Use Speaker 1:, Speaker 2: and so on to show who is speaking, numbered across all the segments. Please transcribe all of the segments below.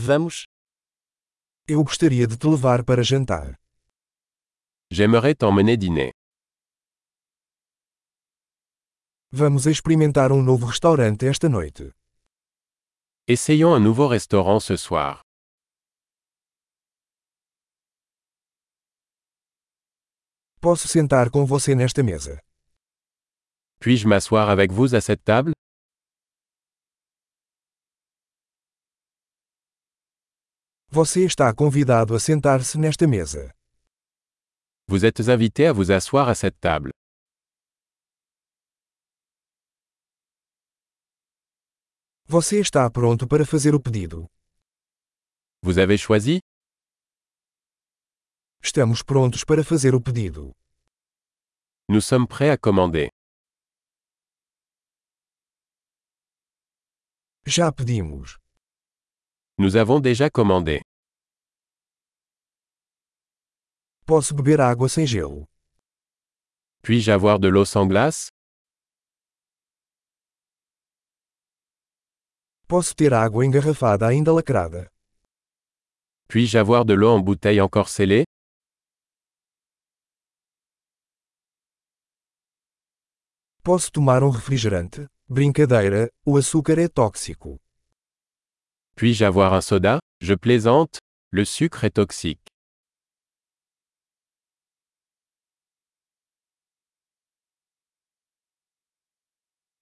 Speaker 1: Vamos.
Speaker 2: Eu gostaria de te levar para jantar.
Speaker 3: J'aimerais t'emmener dîner.
Speaker 2: Vamos experimentar um novo restaurante esta noite.
Speaker 3: Essayons un nouveau restaurant ce soir.
Speaker 2: Posso sentar com você nesta mesa.
Speaker 3: Puis-je m'asseoir avec vous à cette table
Speaker 2: Você está convidado a sentar-se nesta mesa.
Speaker 3: Vous êtes invité à vous asseoir à cette table.
Speaker 2: Você está pronto para fazer o pedido.
Speaker 3: Vous avez choisi
Speaker 2: Estamos prontos para fazer o pedido.
Speaker 3: Nous sommes prêts à commander.
Speaker 2: Já pedimos.
Speaker 3: Nous avons déjà commandé.
Speaker 2: Posso beber água sem gelo.
Speaker 3: Puis-je avoir de l'eau sans glace
Speaker 2: Posso ter água engarrafada ainda lacrada.
Speaker 3: Puis-je avoir de l'eau en bouteille encore scellée
Speaker 2: Posso tomar um refrigerante? Brincadeira, o açúcar é tóxico.
Speaker 3: Puis-je avoir un soda Je plaisante. Le sucre est toxique.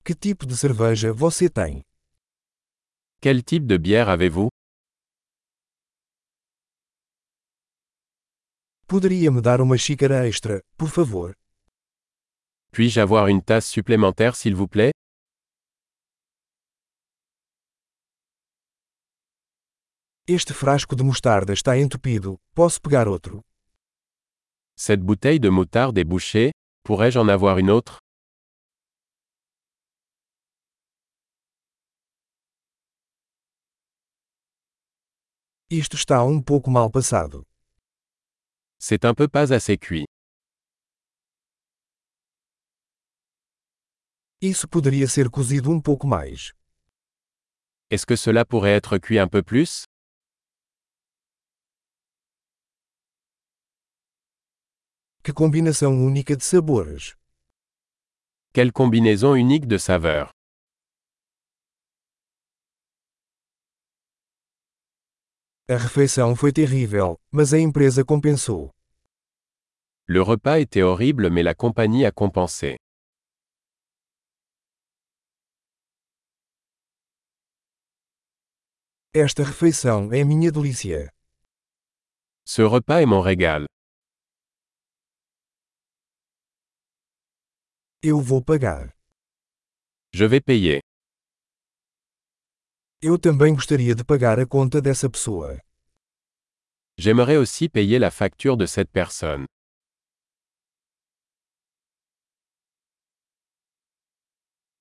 Speaker 2: Que tipo de cerveja você tem?
Speaker 3: Quel type de bière avez-vous
Speaker 2: Poderia me dar uma xícara extra, por favor?
Speaker 3: Puis-je avoir une tasse supplémentaire s'il vous plaît
Speaker 2: Este frasco de mostarda está entupido, posso pegar outro?
Speaker 3: Cette bouteille de moutarde est bouchée. Pourrais-je en avoir une autre
Speaker 2: Isto está um pouco mal passado.
Speaker 3: C'est un peu pas assez cuit.
Speaker 2: Isso poderia ser cozido um pouco mais.
Speaker 3: Est-ce que cela pourrait être cuit un peu plus
Speaker 2: Que combinação única de sabores!
Speaker 3: Quelle combinaison unique de saveurs
Speaker 2: A refeição foi terrível, mas a empresa compensou.
Speaker 3: Le repas était horrible mais la compagnie a compensé.
Speaker 2: Esta refeição é minha delícia.
Speaker 3: Ce repas est mon régal.
Speaker 2: Eu vou pagar.
Speaker 3: Je vais payer.
Speaker 2: Eu também gostaria de pagar a conta dessa pessoa.
Speaker 3: J'aimerais aussi payer la facture de cette personne.